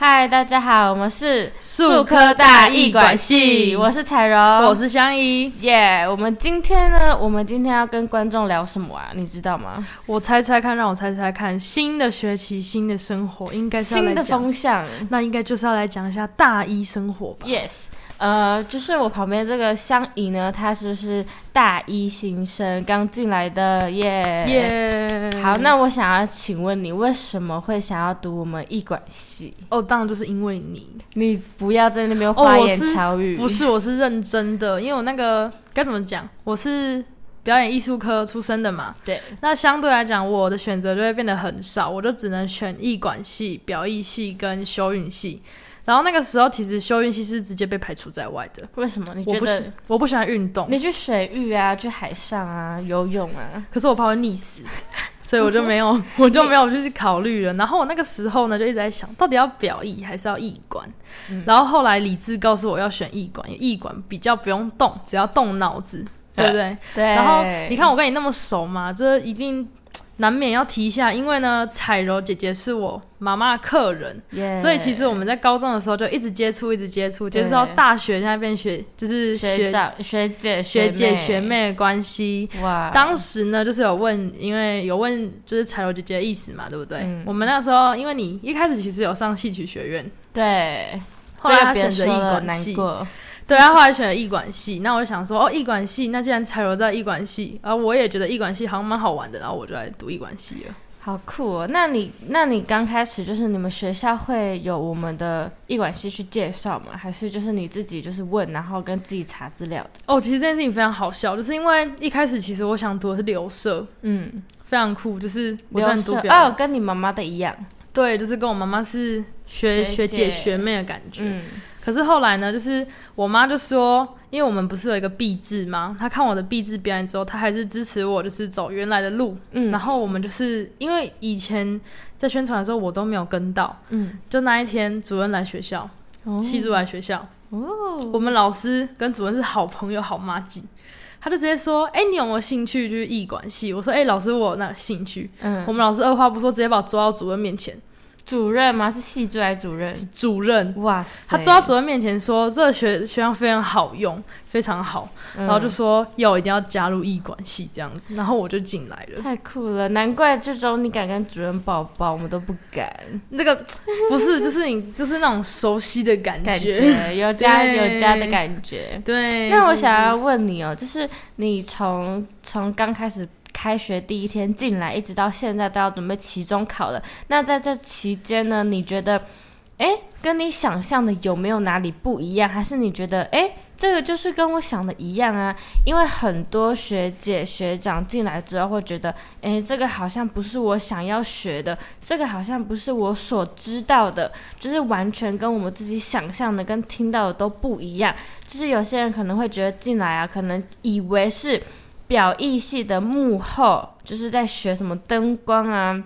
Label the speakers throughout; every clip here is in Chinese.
Speaker 1: 嗨，大家好，我们是
Speaker 2: 树科大艺管系
Speaker 1: 我是彩柔，
Speaker 2: 我是香依，
Speaker 1: 耶。我们今天呢，我们今天要跟观众聊什么啊？你知道吗？
Speaker 2: 我猜猜看，让我猜猜看，新的学期、新的生活，应该是要
Speaker 1: 新
Speaker 2: 来
Speaker 1: 的
Speaker 2: 讲，
Speaker 1: 风向
Speaker 2: 那应该就是要来讲一下大一生活吧。
Speaker 1: ，yes。呃，就是我旁边这个香姨呢，她就是大一新生，刚进来的，耶、
Speaker 2: 耶、
Speaker 1: 好，那我想要请问你，为什么会想要读我们艺管系？
Speaker 2: 哦，当然就是因为你，
Speaker 1: 你不要在那边
Speaker 2: 哦
Speaker 1: 花
Speaker 2: 我
Speaker 1: 言
Speaker 2: 是
Speaker 1: 巧语，
Speaker 2: 不是，我是认真的，因为我那个该怎么讲，我是表演艺术科出身的嘛，
Speaker 1: 对，
Speaker 2: 那相对来讲，我的选择就会变得很少，我就只能选艺管系、表艺系跟修运系。然后那个时候，其实修运系是直接被排除在外的。
Speaker 1: 为什么？你
Speaker 2: 我
Speaker 1: 觉
Speaker 2: 不
Speaker 1: 得
Speaker 2: 喜，我不喜欢运动，
Speaker 1: 你去水域啊，去海上啊，游泳啊，
Speaker 2: 可是我怕会溺死，所以我就没 有，我就没有去考虑了。然后我那个时候呢，就一直在想，到底要表艺还是要艺管？然后后来理智告诉我要选艺管，因为艺管比较不用动，只要动脑 子，对不对？
Speaker 1: 对。
Speaker 2: 然后你，看我跟你那么熟嘛，这一定难免要提一下，因为呢，彩柔姐姐是我妈妈的客人，所以其实我们在高中的时候就一直接触，一直接触，接触到
Speaker 1: 对
Speaker 2: 大学现在变学，就是
Speaker 1: 学
Speaker 2: 学
Speaker 1: 长、学姐、
Speaker 2: 学姐学
Speaker 1: 学，
Speaker 2: 妹的关系。
Speaker 1: 哇，
Speaker 2: 当时呢，就是有问，因为有问就是彩柔姐姐的意思嘛，对不对？
Speaker 1: 嗯
Speaker 2: 我们那时候，因为你一开始其实有上戏曲学院，
Speaker 1: 对，
Speaker 2: 后来
Speaker 1: 这个
Speaker 2: 她
Speaker 1: 别人
Speaker 2: 选择
Speaker 1: 说
Speaker 2: 艺
Speaker 1: 了
Speaker 2: 管
Speaker 1: 难
Speaker 2: 系，
Speaker 1: 过，
Speaker 2: 对，他后来选了艺管系，那我就想说，哦，艺管系，那既然彩柔在艺管系，啊，我也觉得艺管系好像蛮好玩的，然后我就来读艺管系了。
Speaker 1: 好酷哦！那你，那你刚开始就是你们学校会有我们的艺管系去介绍吗？还是就是你自己就是问，然后跟自己查资料的？
Speaker 2: 哦，其实这件事情非常好笑，就是因为一开始其实我想读的是留社，
Speaker 1: 嗯，
Speaker 2: 非常酷，就是我
Speaker 1: 留
Speaker 2: 想读
Speaker 1: 社
Speaker 2: 表演，
Speaker 1: 哦，跟你妈妈的一样，
Speaker 2: 对，就是跟我妈妈是学
Speaker 1: 学
Speaker 2: 学
Speaker 1: 姐
Speaker 2: 姐学妹的感觉。
Speaker 1: 嗯，
Speaker 2: 可是后来呢，就是我妈就说，因为我们不是有一个毕制吗？她看我的毕制表演之后，她还是支持我，就是走原来的路。
Speaker 1: 嗯
Speaker 2: 然后我们就是因为以前在宣传的时候，我都没有跟到。
Speaker 1: 嗯，
Speaker 2: 就那一天，主任来学校，
Speaker 1: 哦
Speaker 2: 系主来学校，我们老师跟主任是好朋友，好妈鸡。他就直接说：“哎、你有没有兴趣去艺管系？”我说：“哎、老师，我有那兴趣。
Speaker 1: 嗯
Speaker 2: 我们老师二话不说，直接把我抓到主任面前。
Speaker 1: 主任吗？是系助还是主任？
Speaker 2: 主任
Speaker 1: 哇塞，
Speaker 2: 他抓到主任面前说：“这个学学校非常好用，非常好。
Speaker 1: 嗯
Speaker 2: 然后就说：“要一定要加入艺管系这样子。”然后我就进来了。
Speaker 1: 太酷了，难怪这周你敢跟主任抱抱，我们都不敢。
Speaker 2: 这个 不是，就是你，就是那种熟悉的感
Speaker 1: 感
Speaker 2: 觉。
Speaker 1: 觉有家
Speaker 2: 对
Speaker 1: 有家的感觉。
Speaker 2: 对。
Speaker 1: 那我
Speaker 2: 是不是
Speaker 1: 想要问你哦，就是你从从刚开始开学第一天进来，一直到现在都要准备期中考了。那在这期间呢，你觉得，哎，跟你想象的有没有哪里不一样？还是你觉得，哎，这个就是跟我想的一样啊？因为很多学姐学长进来之后会觉得，哎，这个好像不是我想要学的，这个好像不是我所知道的，就是完全跟我们自己想象的跟听到的都不一样。就是有些人可能会觉得进来啊，可能以为是表意系的幕后，就是在学什么灯光啊。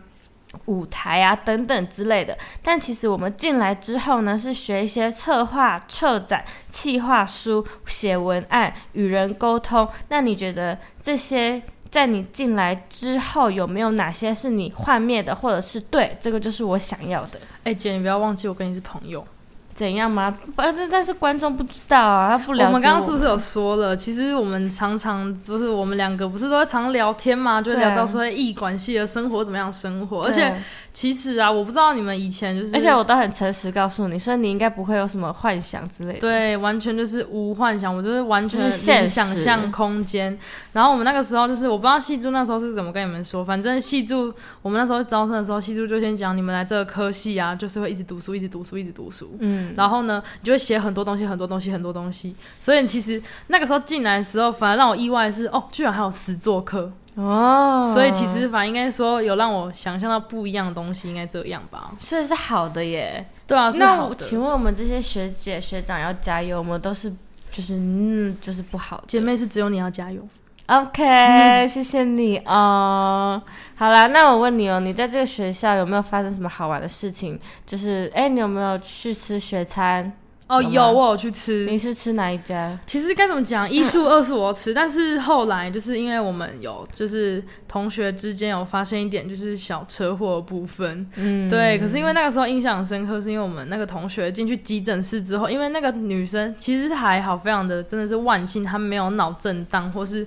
Speaker 1: 舞台啊，等等之类的，但其实我们进来之后呢，是学一些策划、策展、企划书、写文案、与人沟通。那你觉得这些在你进来之后，有没有哪些是你幻灭的，或者是对这个就是我想要的？
Speaker 2: 哎、姐，你不要忘记我跟你是朋友。
Speaker 1: 怎样吗？但是但是观众不知道啊，他不了解
Speaker 2: 我们刚刚是不
Speaker 1: 是
Speaker 2: 是有说了？其实我们常常不是我们两个不是都在常聊天嘛，就
Speaker 1: 对啊
Speaker 2: 聊到说哎艺管系的生活怎么样生活。而且其实啊，我不知道你们以前就是，
Speaker 1: 而且我都很诚实告诉你，所以你应该不会有什么幻想之类的。，
Speaker 2: 对完全就是无幻想，我就是完全
Speaker 1: 就是现
Speaker 2: 零
Speaker 1: 实
Speaker 2: 想象空间。然后我们那个时候就是我不知道系助那时候是怎么跟你们说，反正系助我们那时候招生的时候，系助就先讲你们来这个科系啊，就是会一直读书，一直读书，一直读书。
Speaker 1: 嗯，
Speaker 2: 然后呢，你就会写很多东西，很多东西，很多东西。所以其实那个时候进来的时候，反而让我意外的是，哦，居然还有实作课。
Speaker 1: 哦，
Speaker 2: 所以其实反而应该说，有让我想象到不一样的东西，应该这样吧？
Speaker 1: 所以是好的耶。
Speaker 2: 对啊，是
Speaker 1: 那
Speaker 2: 好
Speaker 1: 我
Speaker 2: 的。
Speaker 1: 请问我们这些学姐学长要加油，我们都是就是嗯就是不好的
Speaker 2: 姐妹是只有你要加油。
Speaker 1: OK，、谢
Speaker 2: 嗯
Speaker 1: 谢你哦。好啦，那我问你哦，你在这个学校有没有发生什么好玩的事情？就是哎，你有没有去吃学餐？
Speaker 2: 哦，
Speaker 1: 有吗
Speaker 2: 有我有去吃，
Speaker 1: 你是吃哪一家？
Speaker 2: 其实该怎么讲，一素二素我吃，但是后来就是因为我们有就是同学之间有发生一点就是小车祸的部分，
Speaker 1: 嗯，
Speaker 2: 对。可是因为那个时候印象很深刻，是因为我们那个同学进去急诊室之后，因为那个女生其实还好，非常的真的是万幸，她没有脑震荡或是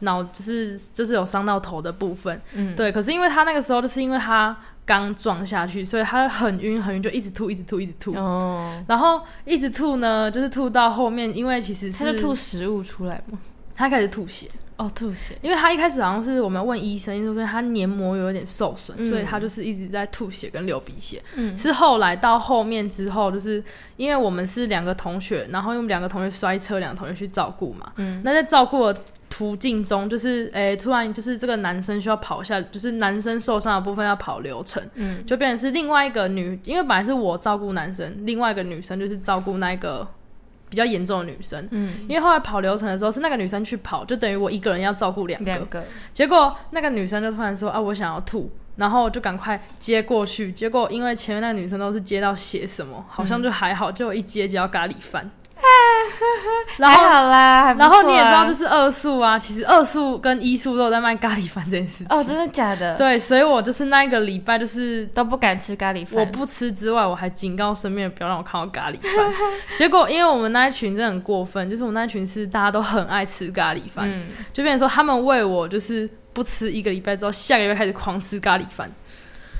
Speaker 2: 脑就是就是有伤到头的部分，
Speaker 1: 嗯
Speaker 2: 对。可是因为她那个时候就是因为她刚撞下去，所以她很晕很晕，就一直吐一直吐一直吐。
Speaker 1: 哦，
Speaker 2: 然后一直吐呢，就是吐到后面，因为其实
Speaker 1: 他是吐食物出来吗？
Speaker 2: 他开始吐血，
Speaker 1: 哦，吐血。
Speaker 2: 因为他一开始好像是我们问医生，医生说他黏膜有点受损，
Speaker 1: 嗯
Speaker 2: 所以他就是一直在吐血跟流鼻血。
Speaker 1: 嗯
Speaker 2: 是后来到后面之后，就是因为我们是两个同学，然后我们两个同学摔车，两个同学去照顾嘛。
Speaker 1: 嗯
Speaker 2: 那在照顾的途径中，就是诶、突然就是这个男生需要跑一下，就是男生受伤的部分要跑流程，
Speaker 1: 嗯
Speaker 2: 就变成是另外一个女，因为本来是我照顾男生，另外一个女生就是照顾那一个比较严重的女生。
Speaker 1: 嗯，
Speaker 2: 因为后来跑流程的时候是那个女生去跑，就等于我一个人要照顾两个。
Speaker 1: 两个。
Speaker 2: 结果那个女生就突然说啊，我想要吐，然后我就赶快接过去。结果因为前面那个女生都是接到血什么，好像就还好，结果一接接到咖喱饭。
Speaker 1: 嗯
Speaker 2: 然
Speaker 1: 还
Speaker 2: 后
Speaker 1: 好啦，还不
Speaker 2: 然后你也
Speaker 1: 错啊
Speaker 2: 知道，就是二素啊，其实二素跟一素都有在卖咖喱饭这件事情。
Speaker 1: 哦，真的假的？，
Speaker 2: 对，所以我就是那一个礼拜就是
Speaker 1: 都不敢吃咖喱饭。
Speaker 2: 我不吃之外，我还警告身边的不要让我看到咖喱 饭。结果，因为我们那一群真的很过分，就是我们那一群是大家都很爱吃咖喱饭，
Speaker 1: 嗯，
Speaker 2: 就变成说他们为我就是不吃一个礼拜之后，下个月开始狂吃咖喱饭。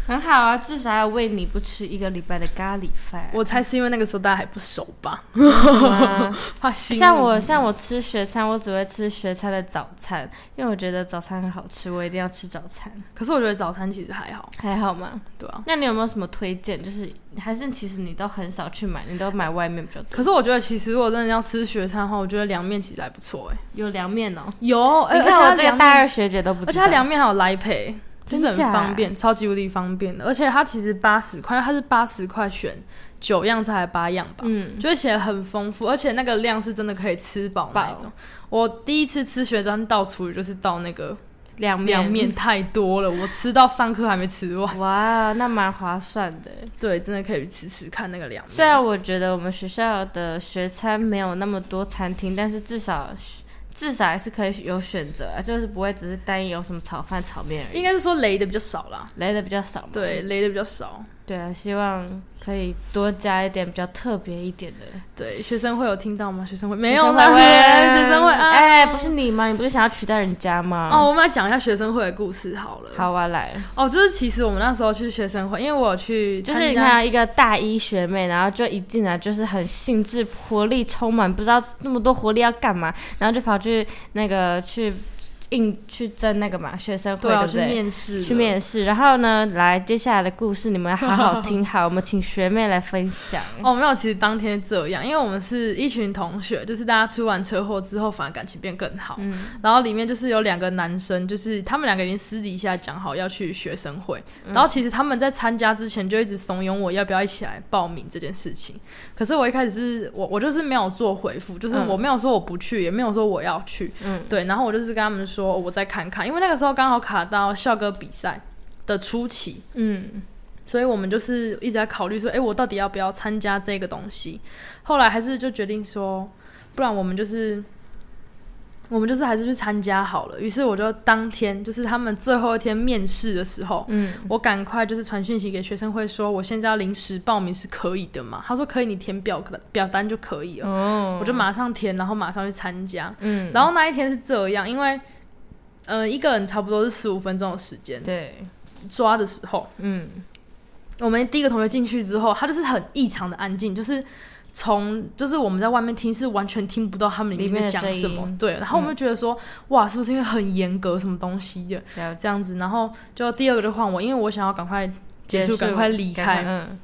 Speaker 1: 很好啊，至少要喂你不吃一个礼拜的咖喱饭。
Speaker 2: 我猜是因为那个时候大家还不熟吧，
Speaker 1: 哇
Speaker 2: 怕心
Speaker 1: 像
Speaker 2: 理
Speaker 1: 我像我吃学餐，我只会吃学餐的早餐，因为我觉得早餐很好吃，我一定要吃早餐。
Speaker 2: 可是我觉得早餐其实还好，
Speaker 1: 还好吗？
Speaker 2: 对啊。
Speaker 1: 那你有没有什么推荐？就是还是其实你都很少去买，你都买外面比较多。
Speaker 2: 可是我觉得，其实如果真的要吃学餐的话，我觉得凉面其实还不错哎、
Speaker 1: 有凉面哦，
Speaker 2: 有，而
Speaker 1: 你
Speaker 2: 而且
Speaker 1: 看
Speaker 2: 它
Speaker 1: 我这个
Speaker 2: 凉面
Speaker 1: 大二学姐都不
Speaker 2: 而
Speaker 1: 知
Speaker 2: 且
Speaker 1: 道。
Speaker 2: 它凉面还有来配，就是很
Speaker 1: 真假
Speaker 2: 方便，超级无敌方便的。而且它其实八十块，它是八十块选九样菜还八样吧，
Speaker 1: 嗯，
Speaker 2: 就会写得很丰富，而且那个量是真的可以吃饱那一
Speaker 1: 饱
Speaker 2: 种。我第一次吃学长倒厨余就是倒那个
Speaker 1: 凉面
Speaker 2: 凉面太多了，我吃到上课还没吃完。
Speaker 1: 哇，那蛮划算的耶。
Speaker 2: 对，真的可以去吃吃看那个凉面。
Speaker 1: 虽然我觉得我们学校的学餐没有那么多餐厅，但是至少至少还是可以有选择啊，就是不会只是单一有什么炒饭、炒面而已，
Speaker 2: 应该是说雷的比较少啦，
Speaker 1: 来的比较少嘛。
Speaker 2: 对，雷的比较少。
Speaker 1: 对啊，希望可以多加一点比较特别一点的。
Speaker 2: 对，学生会有听到吗？学生会没有啦，
Speaker 1: 啦，
Speaker 2: 学生会
Speaker 1: 哎、
Speaker 2: 哎，
Speaker 1: 不是你吗？你不是想要取代人家吗？
Speaker 2: 哦，，我们来讲一下学生会的故事好了。
Speaker 1: 好啊，来，
Speaker 2: 哦，就是其实我们那时候去学生会，因为我有去
Speaker 1: 就
Speaker 2: 参加，
Speaker 1: 是你看一个大一学妹，然后就一进来就是很兴致活力充满，不知道那么多活力要干嘛，然后就跑去那个去应去争那个嘛学生会，
Speaker 2: 对啊，
Speaker 1: 对
Speaker 2: 我
Speaker 1: 不
Speaker 2: 去
Speaker 1: 对？
Speaker 2: 面试，
Speaker 1: 去面试，然后呢，来接下来的故事你们要好好听好，我们请学妹来分享。
Speaker 2: 哦，没有，其实当天这样，因为我们是一群同学，就是大家出完车祸之后，反而感情变更好。
Speaker 1: 嗯
Speaker 2: 然后里面就是有两个男生，就是他们两个已经私底下讲好要去学生会，
Speaker 1: 嗯
Speaker 2: 然后其实他们在参加之前就一直怂恿我要不要一起来报名这件事情。可是我一开始是我我就是没有做回复，就是
Speaker 1: 嗯
Speaker 2: 我没有说我不去，也没有说我要去，
Speaker 1: 嗯
Speaker 2: 对。然后我就是跟他们说、哦我再看看，因为那个时候刚好卡到校歌比赛的初期，
Speaker 1: 嗯
Speaker 2: 所以我们就是一直在考虑说，诶，我到底要不要参加这个东西？后来还是就决定说，不然我们就是，我们就是还是去参加好了。于是我就当天，就是他们最后一天面试的时候，
Speaker 1: 嗯，
Speaker 2: 我赶快就是传讯息给学生会说，我现在要临时报名是可以的嘛？他说可以，你填表格表单就可以了。
Speaker 1: 哦
Speaker 2: 我就马上填，然后马上去参加。
Speaker 1: 嗯，
Speaker 2: 然后那一天是这样，因为，呃，一个人差不多是十五分钟的时间
Speaker 1: 对，
Speaker 2: 抓的时候。
Speaker 1: 嗯
Speaker 2: 我们第一个同学进去之后，他就是很异常的安静，就是从就是我们在外面听是完全听不到他们里
Speaker 1: 里面
Speaker 2: 面
Speaker 1: 的
Speaker 2: 讲
Speaker 1: 声
Speaker 2: 什么
Speaker 1: 音，
Speaker 2: 对。然后我们就觉得说，哇，是不是因为很严格什么东西的
Speaker 1: 了解
Speaker 2: 这样子？然后就第二个就换我，因为我想要赶快结束，赶快离
Speaker 1: 赶
Speaker 2: 开，
Speaker 1: 嗯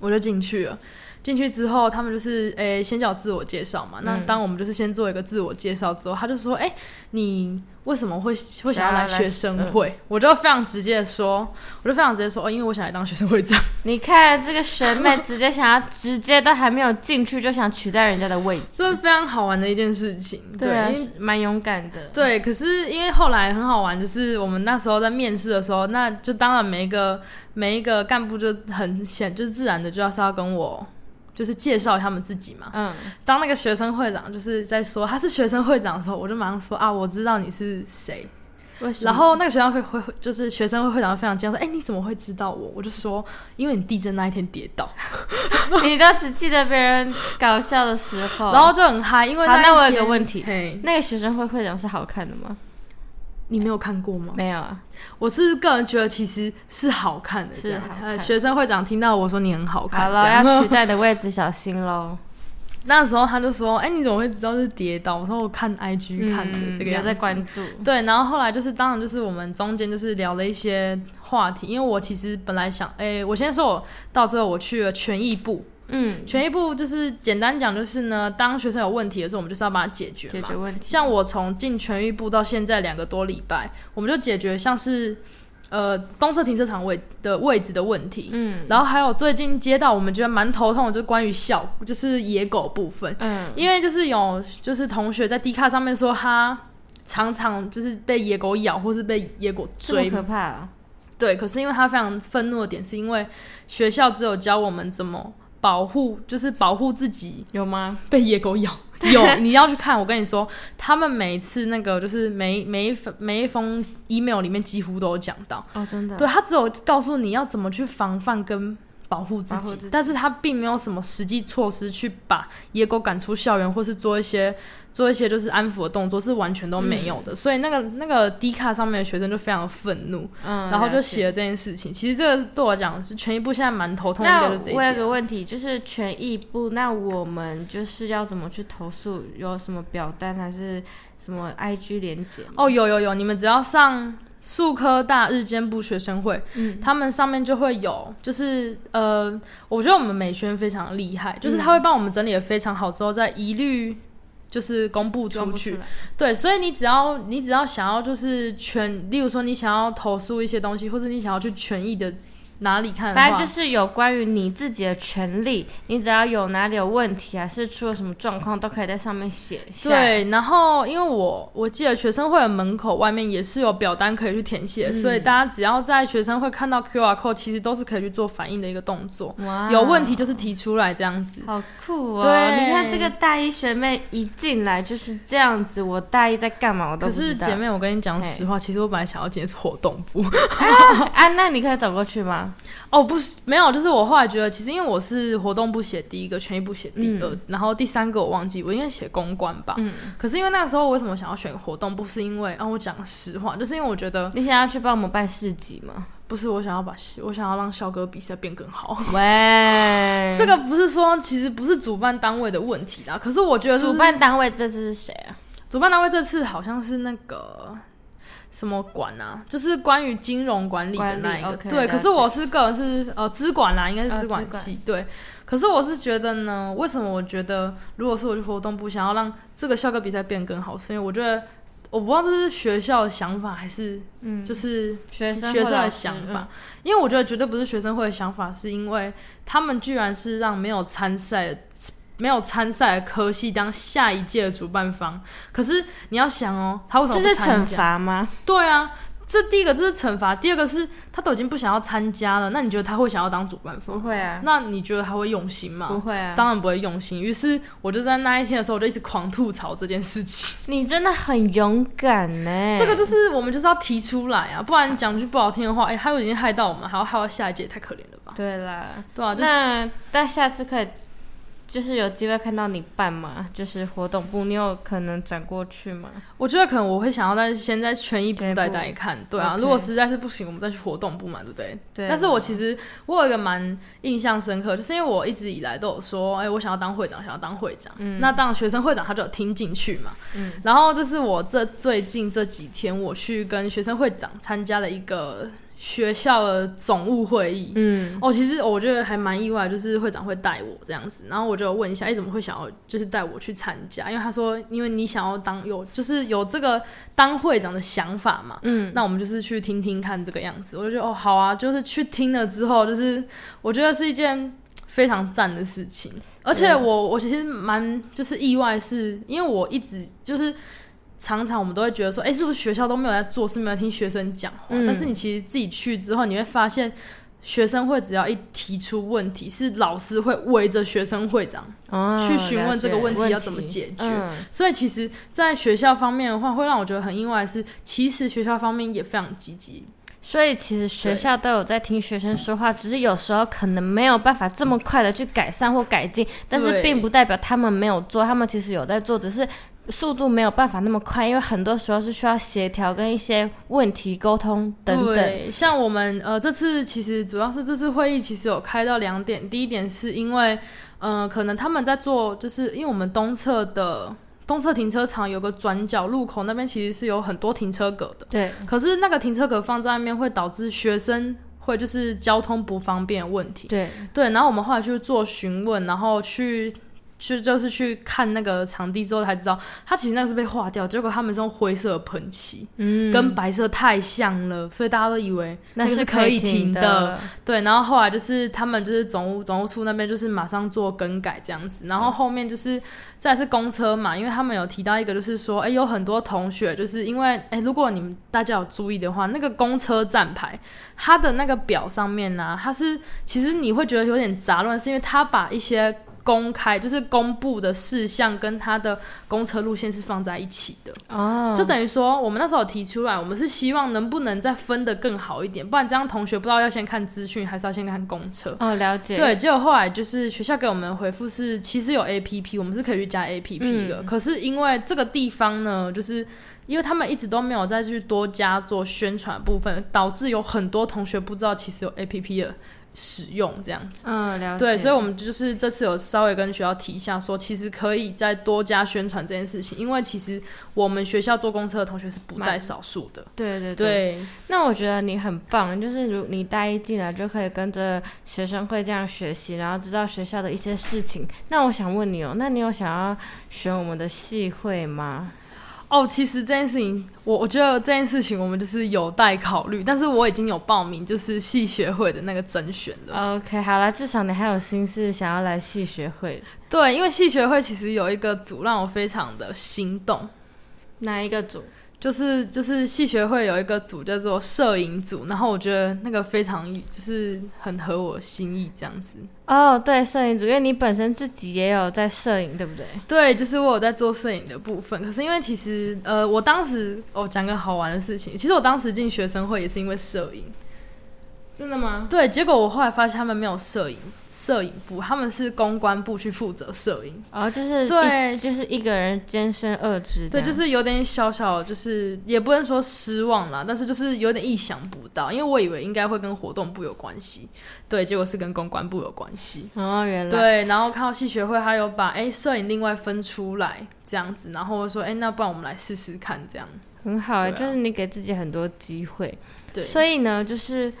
Speaker 2: 我就进去了。进去之后，他们就是诶、先叫自我介绍嘛。那当我们就是先做一个自我介绍之后，他就说：“诶、你为什么会会想要来学生会？”我就非常直接的说，我就非常直接地说：“哦，因为我想来当学生会长。”
Speaker 1: 你看这个学妹直接想要，直接都还没有进去就想取代人家的位置，
Speaker 2: 这是非常好玩的一件事情，对，
Speaker 1: 啊，
Speaker 2: 因为
Speaker 1: 是蛮勇敢的。
Speaker 2: 对。可是因为后来很好玩，就是我们那时候在面试的时候，那就当然每一个每一个干部就很显，就是自然的就要是要跟我就是介绍他们自己嘛。
Speaker 1: 嗯，
Speaker 2: 当那个学生会长就是在说他是学生会长的时候，我就马上说啊，我知道你是谁。
Speaker 1: 为什么？
Speaker 2: 然 后那个学生会会会就是学生会会长非常惊讶说，哎、你怎么会知道我？我就说，因为你地震那一天跌倒，
Speaker 1: 哦你都只记得别人搞笑的时候。
Speaker 2: 然后就很嗨，因为
Speaker 1: 好，
Speaker 2: 一
Speaker 1: 那我有
Speaker 2: 天
Speaker 1: 个问题，
Speaker 2: 嘿，
Speaker 1: 那个学生会会长是好看的吗？
Speaker 2: 你没有看过吗？
Speaker 1: 没有啊，
Speaker 2: 我是个人觉得其实是好看的，
Speaker 1: 是
Speaker 2: 这样
Speaker 1: 好看
Speaker 2: 呃学生会长听到我说你很好
Speaker 1: 好
Speaker 2: 看，这
Speaker 1: 了，
Speaker 2: 样
Speaker 1: 要取代的位置小心喽。
Speaker 2: 那时候他就说：“哎、你怎么会知道是跌倒？”我说：“我看 IG 看的、
Speaker 1: 嗯
Speaker 2: 这个
Speaker 1: 有
Speaker 2: 样子。
Speaker 1: 在”关注，
Speaker 2: 对，然后后来就是，当然就是我们中间就是聊了一些话题，因为我其实本来想，哎、我先说我到最后我去了权益部，
Speaker 1: 嗯，
Speaker 2: 权益部就是简单讲就是呢，当学生有问题的时候，我们就是要把它解决嘛。
Speaker 1: 解决问题。
Speaker 2: 像我从进权益部到现在两个多礼拜，我们就解决像是呃东侧停车场位的位置的问题，
Speaker 1: 嗯
Speaker 2: 然后还有最近接到我们觉得蛮头痛的，就是关于小就是野狗部分，
Speaker 1: 嗯，
Speaker 2: 因为就是有就是同学在 D 卡上面说他常常就是被野狗咬或是被野狗
Speaker 1: 这么
Speaker 2: 追，
Speaker 1: 可怕啊，
Speaker 2: 对，可是因为他非常愤怒的点是因为学校只有教我们怎么保护，就是保护自己
Speaker 1: 有吗？
Speaker 2: 被野狗 咬。有，你要去看。我跟你说，他们每一次那个就是每每一封每一封 email 里面几乎都有讲到，
Speaker 1: 哦，真的，
Speaker 2: 对他只有告诉你要怎么去防范跟保护自
Speaker 1: 保护
Speaker 2: 己，
Speaker 1: 自己
Speaker 2: 但是他并没有什么实际措施去把野狗赶出校园，或是做一些做一些就是安抚的动作，是完全都
Speaker 1: 嗯
Speaker 2: 没有的。所以那个那个 D 卡上面的学生就非常的愤怒，
Speaker 1: 嗯，
Speaker 2: 然后就
Speaker 1: 了解
Speaker 2: 写了这件事情。其实这个对我讲是全一部现在蛮头痛的，应
Speaker 1: 那
Speaker 2: 该就这一
Speaker 1: 我有
Speaker 2: 点。
Speaker 1: 个问题，就是权益部，那我们就是要怎么去投诉？有什么表单还是什么 IG 连接？
Speaker 2: 哦，有有有，你们只要上。数科大日间部学生会，
Speaker 1: 嗯
Speaker 2: 他们上面就会有，就是呃，我觉得我们美宣非常厉害，就是
Speaker 1: 嗯
Speaker 2: 他会帮我们整理的非常好，之后再一律就是公布
Speaker 1: 装
Speaker 2: 出
Speaker 1: 不
Speaker 2: 去。
Speaker 1: 来，
Speaker 2: 对，所以你只要你只要想要就是权，例如说你想要投诉一些东西，或者你想要去权益的哪里看的话，
Speaker 1: 反正就是有关于你自己的权利，你只要有哪里有问题，还是出了什么状况，都可以在上面写下。，
Speaker 2: 对，然后因为我我记得学生会的门口外面也是有表单可以去填写，
Speaker 1: 嗯
Speaker 2: 所以大家只要在学生会看到 QR code，其实都是可以去做反应的一个动作。
Speaker 1: 哇
Speaker 2: 有问题就是提出来这样子。
Speaker 1: 啊好酷哦！
Speaker 2: 对
Speaker 1: 你看这个大一学妹一进来就是这样子，我大一在干嘛我都
Speaker 2: 可
Speaker 1: 不知
Speaker 2: 是
Speaker 1: 道。
Speaker 2: 姐妹，我跟你讲
Speaker 1: 嘿
Speaker 2: 实话，其实我本来想要进的是活动部。
Speaker 1: 啊， 那你可以走过去吗？
Speaker 2: 哦，不是，没有，就是我后来觉得，其实因为我是活动部写第一个，权益部写第二，然后第三个我忘记，我应该写公关吧。
Speaker 1: 嗯
Speaker 2: 可是因为那个时候我为什么想要选活动部，是因为啊，我讲实话，就是因为我觉得
Speaker 1: 你想要去帮我们办市集吗？
Speaker 2: 不是我想要把，我想要让校歌比赛变更好。
Speaker 1: 喂，
Speaker 2: 这个不是说，其实不是主办单位的问题啦。可是我觉得、就是、
Speaker 1: 主办单位这次是谁啊？
Speaker 2: 主办单位这次好像是那个什么管啊，就是关于金融管理的
Speaker 1: 管理
Speaker 2: 那一个。
Speaker 1: OK，
Speaker 2: 对，
Speaker 1: 了解
Speaker 2: 可是我是个人是呃资管啦，应该是
Speaker 1: 呃
Speaker 2: 资管
Speaker 1: 资管
Speaker 2: 系。对，可是我是觉得呢，为什么我觉得如果说我去活动部想要让这个校歌比赛变更好，是因为我觉得我不知道这是学校的想法还是
Speaker 1: 嗯，
Speaker 2: 就是
Speaker 1: 学生
Speaker 2: 学
Speaker 1: 或
Speaker 2: 生
Speaker 1: 老
Speaker 2: 的
Speaker 1: 师嗯
Speaker 2: 想法，，因为我觉得绝对不是学生会的想法，是因为他们居然是让没有参赛的没有参赛的科系当下一届的主办方。可是你要想哦，他为
Speaker 1: 嗯
Speaker 2: 什
Speaker 1: 这
Speaker 2: 么
Speaker 1: 是
Speaker 2: 不参
Speaker 1: 惩
Speaker 2: 加？
Speaker 1: 罚吗？
Speaker 2: 对啊，这第一个这是惩罚，第二个是他都已经不想要参加了，那你觉得他会想要当主办方？
Speaker 1: 会啊
Speaker 2: 那你觉得他会用心吗？
Speaker 1: 会啊
Speaker 2: 当然不会用心。于是我就在那一天的时候，我就一直狂吐槽这件事情。
Speaker 1: 你真的很勇敢呢、
Speaker 2: 这个就是我们就是要提出来啊，不然讲句不好听的话，哎、他都已经害到我们，还要害到下一届，太可怜了吧？
Speaker 1: 对啦。
Speaker 2: 对啊，就
Speaker 1: 那但下次可以，就是有机会看到你办嘛，就是活动部，你有可能转过去吗？
Speaker 2: 我觉得可能我会想要在先在权益部
Speaker 1: 全一部
Speaker 2: 待待看，对啊
Speaker 1: OK
Speaker 2: 如果实在是不行，我们再去活动部嘛，对不对？
Speaker 1: 对啊
Speaker 2: 但是我其实我有一个蛮印象深刻，就是因为我一直以来都有说，哎、我想要当会长，想要当会长。那当学生会长他就有听进去嘛。
Speaker 1: 嗯
Speaker 2: 然后就是我这最近这几天，我去跟学生会长参加了一个学校的总务会议。
Speaker 1: 嗯，
Speaker 2: 哦，其实我觉得还蛮意外，就是会长会带我这样子，然后我就问一下，哎、怎么会想要就是带我去参加？因为他说，因为你想要当有就是有这个当会长的想法嘛，
Speaker 1: 嗯，
Speaker 2: 那我们就是去听听看这个样子。我就觉得哦，好啊，就是去听了之后，就是我觉得是一件非常赞的事情，而且我我其实蛮就是意外是，因为我一直就是。常常我们都会觉得说，哎、是不是学校都没有在做事，没有在听学生讲话？
Speaker 1: 嗯
Speaker 2: 但是你其实自己去之后，你会发现学生会只要一提出问题，是老师会围着学生会长
Speaker 1: 哦嗯
Speaker 2: 去询问这个问题要怎么解决。所以其实，在学校方面的话，会让我觉得很意外的是，其实学校方面也非常积极。
Speaker 1: 所以其实学校都有在听学生说话，只是有时候可能没有办法这么快的去改善或改进，但是并不代表他们没有做，他们其实有在做，只是速度没有办法那么快，因为很多时候是需要协调跟一些问题沟通等等。
Speaker 2: 对，像我们呃这次其实主要是这次会议其实有开到两点，第一点是因为呃可能他们在做，就是因为我们东侧的东侧停车场有个转角路口那边其实是有很多停车格的，
Speaker 1: 对，
Speaker 2: 可是那个停车格放在那边会导致学生。会就是交通不方便的问题，
Speaker 1: 对，
Speaker 2: 对。然后我们后来去做询问，然后去去就是去看那个场地之后才知道，它其实那个是被划掉，结果他们是用灰色的喷漆，
Speaker 1: 嗯，
Speaker 2: 跟白色太像了，所以大家都以为
Speaker 1: 那
Speaker 2: 个
Speaker 1: 是
Speaker 2: 是可以
Speaker 1: 停
Speaker 2: 停。对，然后后来就是他们就是总务总务处那边就是马上做更改这样子，然
Speaker 1: 嗯
Speaker 2: 后后面就是、再来是公车嘛，因为他们有提到一个就是说，哎、有很多同学就是因为哎、如果你们大家有注意的话，那个公车站牌它的那个表上面呢、啊它是其实你会觉得有点杂乱，是因为它把一些。公开就是公布的事项跟它的公车路线是放在一起的，
Speaker 1: 哦，
Speaker 2: 就等于说，我们那时候有提出来，我们是希望能不能再分得更好一点，不然这样同学不知道要先看资讯还是要先看公车。
Speaker 1: 哦，了解。
Speaker 2: 对，结果后来就是学校给我们的回复是，其实有 A P P，我们是可以去加 A P P 的、可是因为这个地方呢，就是因为他们一直都没有再去多加做宣传部分，导致有很多同学不知道其实有 A P P 的使用这样子。
Speaker 1: 嗯，了解。
Speaker 2: 对，所以我们就是这次有稍微跟学校提一下说其实可以再多加宣传这件事情，因为其实我们学校坐公车的同学是不在少数的。
Speaker 1: 对对对。
Speaker 2: 对，
Speaker 1: 那我觉得你很棒，就是如你大一进来就可以跟着学生会这样学习，然后知道学校的一些事情。那我想问你哦，那你有想要选我们的系会吗？
Speaker 2: 哦，其实这件事情，我我觉得这件事情我们就是有待考虑，但是我已经有报名就是系学会的那个甄选了。
Speaker 1: OK，好啦，至少你还有心思想要来系学会。
Speaker 2: 对，因为系学会其实有一个组让我非常的心动，
Speaker 1: 哪一个组？
Speaker 2: 就是就是戏学会有一个组叫做摄影组，然后我觉得那个非常就是很合我心意这样子。
Speaker 1: 哦、对，摄影组，因为你本身自己也有在摄影，对不对？
Speaker 2: 对，就是我有在做摄影的部分，可是因为其实呃，我当时哦讲个好玩的事情，其实我当时进学生会也是因为摄影，
Speaker 1: 真的吗？
Speaker 2: 对，结果我后来发现他们没有摄影摄影部，他们是公关部去负责摄影，
Speaker 1: 哦，就是
Speaker 2: 对
Speaker 1: 一就是一个人兼身二职这
Speaker 2: 对，
Speaker 1: 样，
Speaker 2: 就是有点小小，就是也不能说失望啦，但是就是有点意想不到，因为我以为应该会跟活动部有关系，对，结果是跟公关部有关系。
Speaker 1: 哦，原来
Speaker 2: 对，然后看到戏学会，他有把哎摄影另外分出来这样子，然后我说哎，那不然我们来试试看这样。
Speaker 1: 很好、欸，
Speaker 2: 对啊
Speaker 1: 就是你给自己很多机会。
Speaker 2: 对，
Speaker 1: 所以呢，就是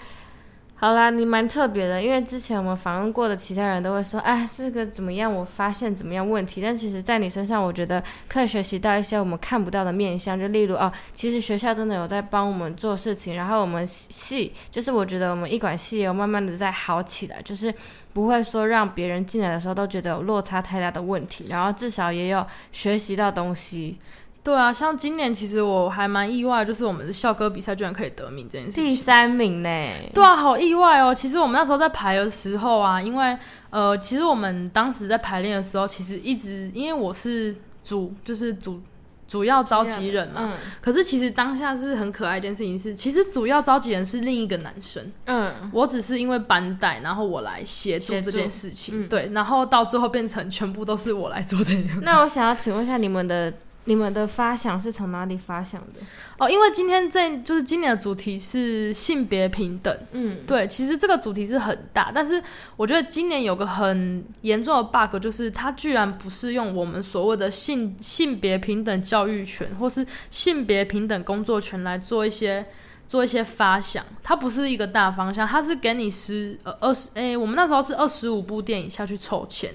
Speaker 1: 好啦，你蛮特别的，因为之前我们访问过的其他人都会说，哎，这个怎么样？我发现怎么样问题？但其实，在你身上，我觉得可以学习到一些我们看不到的面向，就例如哦，其实学校真的有在帮我们做事情，然后我们系就是我觉得我们一管系也有慢慢的在好起来，就是不会说让别人进来的时候都觉得有落差太大的问题，然后至少也有学习到东西。
Speaker 2: 对啊，像今年其实我还蛮意外，就是我们的校歌比赛居然可以得名这件事
Speaker 1: 第
Speaker 2: 情。
Speaker 1: 三名呢？
Speaker 2: 对啊，好意外哦！其实我们那时候在排的时候啊，因为呃，其实我们当时在排练的时候，其实一直因为我是主，就是主主要召集人嘛。
Speaker 1: 嗯
Speaker 2: 可是其实当下是很可爱一件事情是，其实主要召集人是另一个男生，
Speaker 1: 嗯，
Speaker 2: 我只是因为班带，然后我来协助
Speaker 1: 协助
Speaker 2: 这件事情。
Speaker 1: 嗯
Speaker 2: 对，然后到最后变成全部都是我来做这件
Speaker 1: 那我想要请问一下，你们的你们的发想是从哪里发想的？
Speaker 2: 哦，因为今天这就是今年的主题是性别平等。
Speaker 1: 嗯，
Speaker 2: 对，其实这个主题是很大，但是我觉得今年有个很严重的 bug，就是它居然不是用我们所谓的性性别平等教育权或是性别平等工作权来做一些做一些发想，它不是一个大方向，它是给你十呃二十诶，我们那时候是二十五部电影下去凑钱，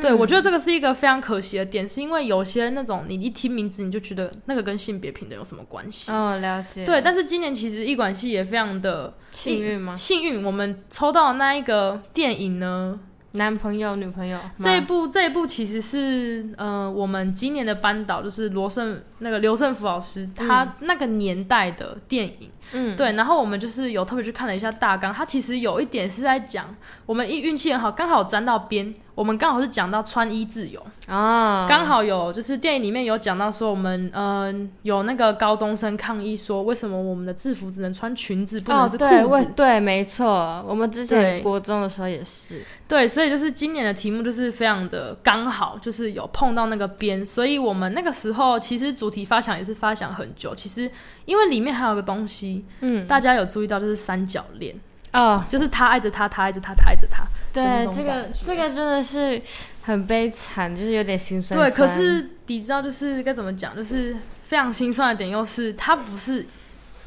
Speaker 2: 对我觉得这个是一个非常可惜的点，是因为有些那种你一听名字你就觉得那个跟性别平等有什么关系。
Speaker 1: 哦，了解。
Speaker 2: 对，，但是今年其实艺管系也非常的
Speaker 1: 幸运吗？
Speaker 2: 幸运，我们抽到的那一个电影呢，
Speaker 1: 男朋友、女朋友吗，
Speaker 2: 这一部这一部其实是呃，我们今年的班导就是罗胜那个刘胜福老师，他那个年代的电影，
Speaker 1: 嗯，
Speaker 2: 对，然后我们就是有特别去看了一下大纲，它其实有一点是在讲我们运运气很好，刚好沾到边，我们刚好是讲到穿衣自由，
Speaker 1: 啊，
Speaker 2: 刚好有就是电影里面有讲到说我们嗯、有那个高中生抗议说为什么我们的制服只能穿裙子不能
Speaker 1: 哦，
Speaker 2: 是裤
Speaker 1: 对，我
Speaker 2: 子，
Speaker 1: 对，没错，我们之前
Speaker 2: 对
Speaker 1: 国中的时候也是，
Speaker 2: 对，所以就是今年的题目就是非常的刚好，就是有碰到那个边，所以我们那个时候其实主题发想也是发想很久。其实因为里面还有个东西，
Speaker 1: 嗯，
Speaker 2: 大家有注意到就是三角恋，
Speaker 1: 哦，
Speaker 2: 就是他爱着他，他爱着他，他爱着他。
Speaker 1: 对
Speaker 2: 那，种
Speaker 1: 这个
Speaker 2: 感觉
Speaker 1: 这个真的是很悲惨，就是有点心酸
Speaker 2: 对，
Speaker 1: 酸。
Speaker 2: 可是你知道就是该怎么讲，就是非常心酸的点，又是她不是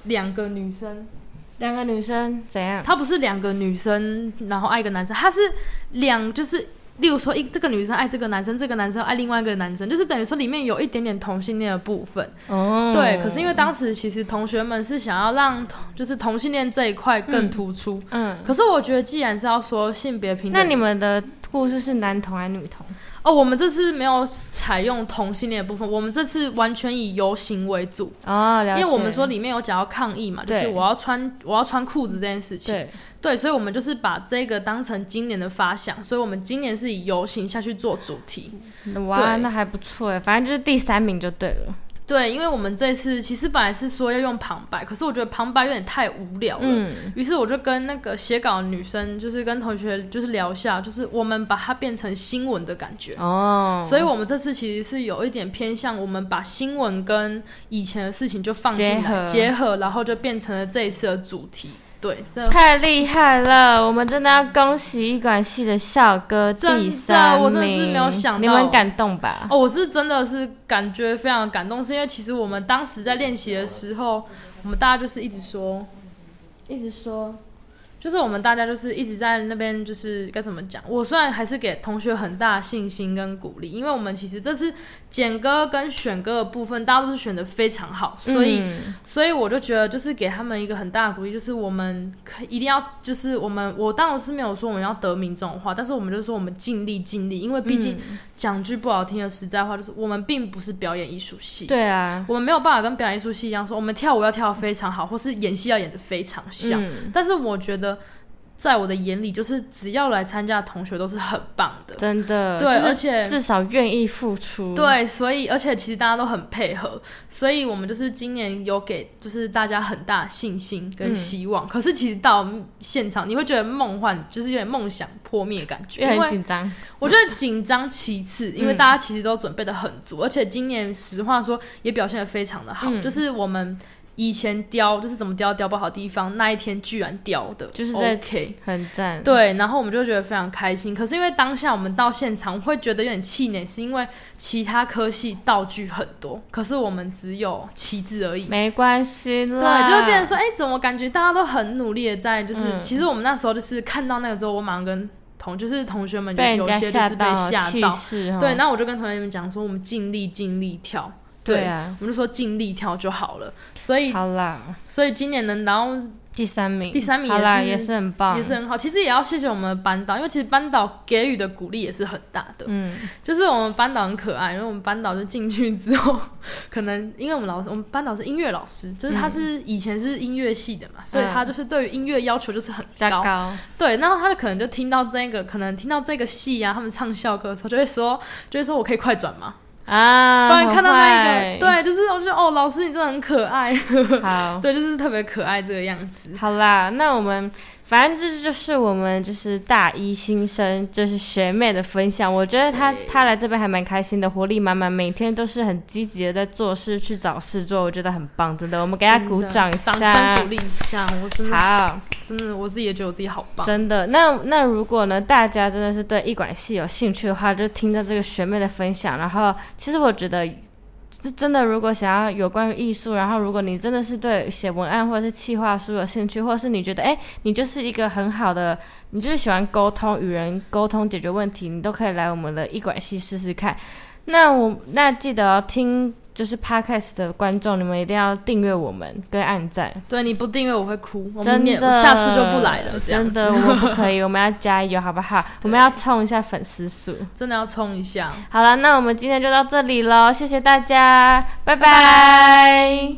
Speaker 2: 两个女生，
Speaker 1: 两个女生怎样？
Speaker 2: 她不是两个女生，然后爱一个男生，她是两就是。例如说，一这个女生爱这个男生，这个男生爱另外一个男生，就是等于说里面有一点点同性恋的部分。
Speaker 1: 哦
Speaker 2: 对，可是因为当时其实同学们是想要让同就是同性恋这一块更突出。
Speaker 1: 嗯，
Speaker 2: 可是我觉得，既然是要说性别平等，
Speaker 1: 那你们的故事是男童还是女童？
Speaker 2: 哦，我们这次没有采用同性恋的部分，我们这次完全以游行为主，
Speaker 1: 哦，了
Speaker 2: 因
Speaker 1: 解。
Speaker 2: 为我们说里面有讲到抗议嘛，就
Speaker 1: 对
Speaker 2: 是我要穿我要穿裤子这件事情，
Speaker 1: 对，
Speaker 2: 对，所以我们就是把这个当成今年的发想，所以我们今年是以游行下去做主题，
Speaker 1: 哇，
Speaker 2: 对
Speaker 1: 那还不错哎，反正就是第三名就对了。
Speaker 2: 对，因为我们这次其实本来是说要用旁白，可是我觉得旁白有点太无聊了，
Speaker 1: 嗯，
Speaker 2: 于是我就跟那个写稿的女生，就是跟同学就是聊一下，就是我们把它变成新闻的感觉。
Speaker 1: 哦，
Speaker 2: 所以，我们这次其实是有一点偏向，我们把新闻跟以前的事情就放进来
Speaker 1: 结合
Speaker 2: 结合，然后就变成了这一次的主题。对，这
Speaker 1: 太厉害了！我们真的要恭喜医管系的校歌
Speaker 2: 真的
Speaker 1: 第三名，
Speaker 2: 我真的是没有想到
Speaker 1: 你们感动吧？
Speaker 2: 哦，我是真的是感觉非常感动，是因为其实我们当时在练习的时候，我们大家就是一直说，一直说，就是我们大家就是一直在那边就是该怎么讲？我虽然还是给同学很大的信心跟鼓励，因为我们其实这次剪歌跟选歌的部分，大家都是选的非常好，所以、
Speaker 1: 嗯
Speaker 2: 所以我就觉得就是给他们一个很大的鼓励，就是我们可一定要就是我们我当然是没有说我们要得名这种话，但是我们就说我们尽力尽力，因为毕竟讲句不好听的实在话，就是我们并不是表演艺术系。
Speaker 1: 对啊，
Speaker 2: 我们没有办法跟表演艺术系一样，说我们跳舞要跳得非常好，或是演戏要演得非常像。
Speaker 1: 嗯
Speaker 2: 但是我觉得，在我的眼里，就是只要来参加的同学都是很棒的。
Speaker 1: 真的，
Speaker 2: 对，
Speaker 1: 就是
Speaker 2: 而且
Speaker 1: 至少愿意付出。，
Speaker 2: 对，所以而且其实大家都很配合，所以我们就是今年有给就是大家很大的信心跟希
Speaker 1: 嗯
Speaker 2: 望。可是其实到现场，你会觉得梦幻，就是有点梦想破灭的感觉，
Speaker 1: 因为
Speaker 2: 因
Speaker 1: 很
Speaker 2: 为
Speaker 1: 紧张。嗯
Speaker 2: 我觉得紧张其次，因为大家其实都准备的很足，而且今年实话说也表现的非常的好，
Speaker 1: 嗯
Speaker 2: 就是我们。以前雕就是怎么雕雕不好的地方，那一天居然雕的，
Speaker 1: 就是在
Speaker 2: OK，
Speaker 1: 很赞。
Speaker 2: 对，然后我们就觉得非常开心。可是因为当下我们到现场会觉得有点气馁，是因为其他科系道具很多，可是我们只有旗帜而已。
Speaker 1: 没关系啦，
Speaker 2: 对，就会变成说，哎、怎么感觉大家都很努力的在，就是、
Speaker 1: 嗯
Speaker 2: 其实我们那时候就是看到那个之后，我马上跟同就是同学们有
Speaker 1: 被人
Speaker 2: 有
Speaker 1: 家
Speaker 2: 些就
Speaker 1: 吓
Speaker 2: 是被
Speaker 1: 到，
Speaker 2: 吓
Speaker 1: 气
Speaker 2: 到，
Speaker 1: 势哈。哦
Speaker 2: 对，那我就跟同学们讲说，我们尽力尽力跳。
Speaker 1: 对啊，
Speaker 2: 我们就说尽力跳就好了。所以，
Speaker 1: 好啦，
Speaker 2: 所以今年能拿到
Speaker 1: 第三名，
Speaker 2: 第三名
Speaker 1: 好啦，
Speaker 2: 也
Speaker 1: 也
Speaker 2: 是
Speaker 1: 是很棒，
Speaker 2: 也是很好。其实也要谢谢我们的班导，因为其实班导给予的鼓励也是很大的。
Speaker 1: 嗯，
Speaker 2: 就是我们班导很可爱，因为我们班导就进去之后，可能因为我们老师，我们班导是音乐老师，就是
Speaker 1: 嗯
Speaker 2: 他是、以前是音乐系的嘛，所以他就是对于音乐要求就是很
Speaker 1: 比
Speaker 2: 高。
Speaker 1: 较高。
Speaker 2: 对，然后他就可能就听到这个，可能听到这个戏啊，他们唱校歌的时候，就会说，就会说我可以快转吗？
Speaker 1: 啊，
Speaker 2: 不然看到那一个，
Speaker 1: 好坏，
Speaker 2: 对，就是我觉得哦，老师你真的很可爱，
Speaker 1: 好，
Speaker 2: 对，就是特别可爱这个样子。
Speaker 1: 好啦，那我们反正这就是我们就是大一新生，就是学妹的分享。我觉得她她来这边还蛮开心的，活力满满，每天都是很积极的在做事，去找事做，我觉得很棒，真的。我们给她
Speaker 2: 真的
Speaker 1: 鼓掌一
Speaker 2: 掌声
Speaker 1: 下
Speaker 2: 鼓。励一下，我真的
Speaker 1: 好，
Speaker 2: 真的我自己也觉得我自己好棒。
Speaker 1: 真的。那那如果呢，大家真的是对艺管系有兴趣的话，就听到这个学妹的分享，然后其实我觉得。是真的，如果想要有关于艺术，然后如果你真的是对写文案或者是企划书有兴趣，或者是你觉得哎、你就是一个很好的，你就是喜欢沟通、与人沟通、解决问题，你都可以来我们的艺管系试试看。那我那记得哦、听就是 podcast 的观众，你们一定要订阅我们跟按赞，
Speaker 2: 对，你不订阅我会哭，我
Speaker 1: 真
Speaker 2: 们也
Speaker 1: 的
Speaker 2: 下次就不来了，这样
Speaker 1: 真
Speaker 2: 子
Speaker 1: 的，我们不可以，我们要加油，好不 好？我们要冲一下粉丝数。
Speaker 2: 真的要冲一下。
Speaker 1: 好了，那我们今天就到这里喽，谢谢大家，拜拜